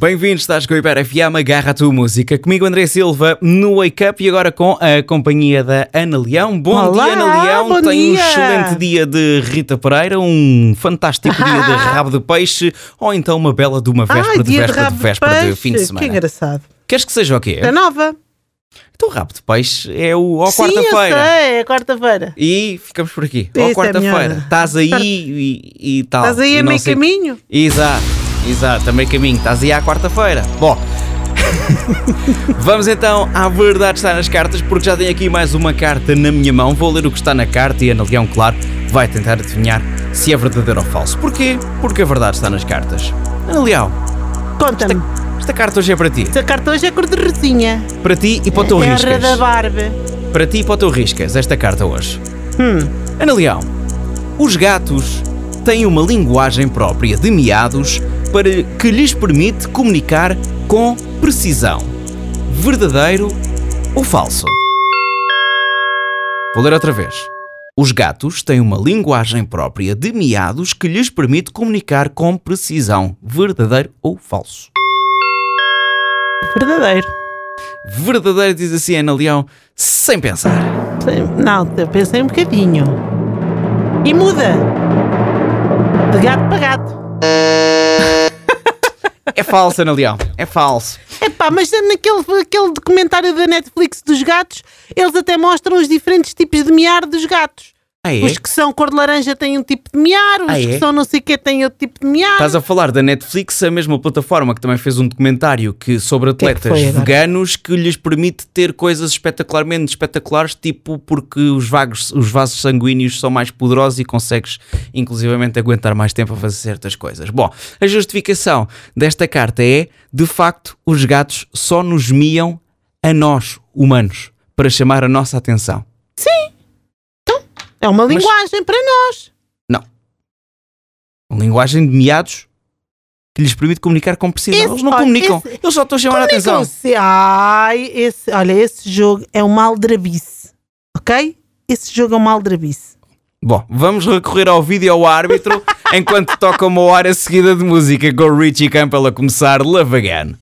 Bem-vindos, estás com a Hiper FM, agarra a tua música. Comigo André Silva no Wake Up e agora com a companhia da Ana Leão. Bom Olá, dia, Ana Leão. bom Tem um dia. excelente dia de Rita Pereira, um fantástico dia de rabo de peixe ou então uma bela de uma véspera Ai, de dia de véspera rabo de véspera de, peixe. fim de semana. É? Que engraçado. Queres que seja o quê? Da nova. Então, rabo de peixe é o ó Sim, eu quarta-feira. sei, é quarta-feira. E ficamos por aqui. Isso Ó é quarta-feira. melhor. Estás aí e, e tal. Estás aí E a Ah, não meio sei- caminho? Exato, exato, a meio caminho, estás aí à quarta-feira. Bom, vamos então à verdade está nas cartas, porque já tenho aqui mais uma carta na minha mão. Vou ler o que está na carta e a Ana Leão, claro, vai tentar adivinhar se é verdadeiro ou falso. Porquê? Porque a verdade está nas cartas. Ana Leão, Conta-me. esta carta hoje é para ti. Esta carta hoje é cor de rosinha. Para ti e para o teu é a Ra da riscas. Barbie. Para ti e para o teu riscas, esta carta hoje. Hum, Ana Leão, os gatos têm uma linguagem própria de miados para que lhes permite comunicar com precisão. Verdadeiro ou falso? Vou ler outra vez. Os gatos têm uma linguagem própria de miados que lhes permite comunicar com precisão. Verdadeiro ou falso? Verdadeiro. Verdadeiro diz assim Ana Leão, sem pensar. Sim. Não, eu pensei um bocadinho. E muda. De gato para gato. É falso, Ana Leão. É falso. Epá, mas naquele aquele documentário da Netflix dos gatos, eles até mostram os diferentes tipos de miar dos gatos. Ah, é? Os que são cor de laranja têm um tipo de miar, os Ah, é? que são não sei o que têm outro tipo de miar. Estás a falar da Netflix, a mesma plataforma que também fez um documentário que, sobre que é que atletas foi agora? veganos que lhes permite ter coisas espetacularmente espetaculares, tipo porque os, vagos, os vasos sanguíneos são mais poderosos e consegues, inclusivamente, aguentar mais tempo a fazer certas coisas. Bom, a justificação desta carta é: de facto, os gatos só nos miam a nós, humanos, para chamar a nossa atenção. É uma Mas- linguagem para nós. Uma linguagem de miados que lhes permite comunicar com precisão. Esse- Eles não olha, comunicam, esse- eles só estão a chamar a atenção. Comunicam-se. Ai, esse, olha, esse jogo é uma aldrabice. Ok? Esse jogo é uma aldrabice. Bom, vamos recorrer ao vídeo ao árbitro enquanto toca uma hora seguida de música com Richie Campbell a começar Love Again.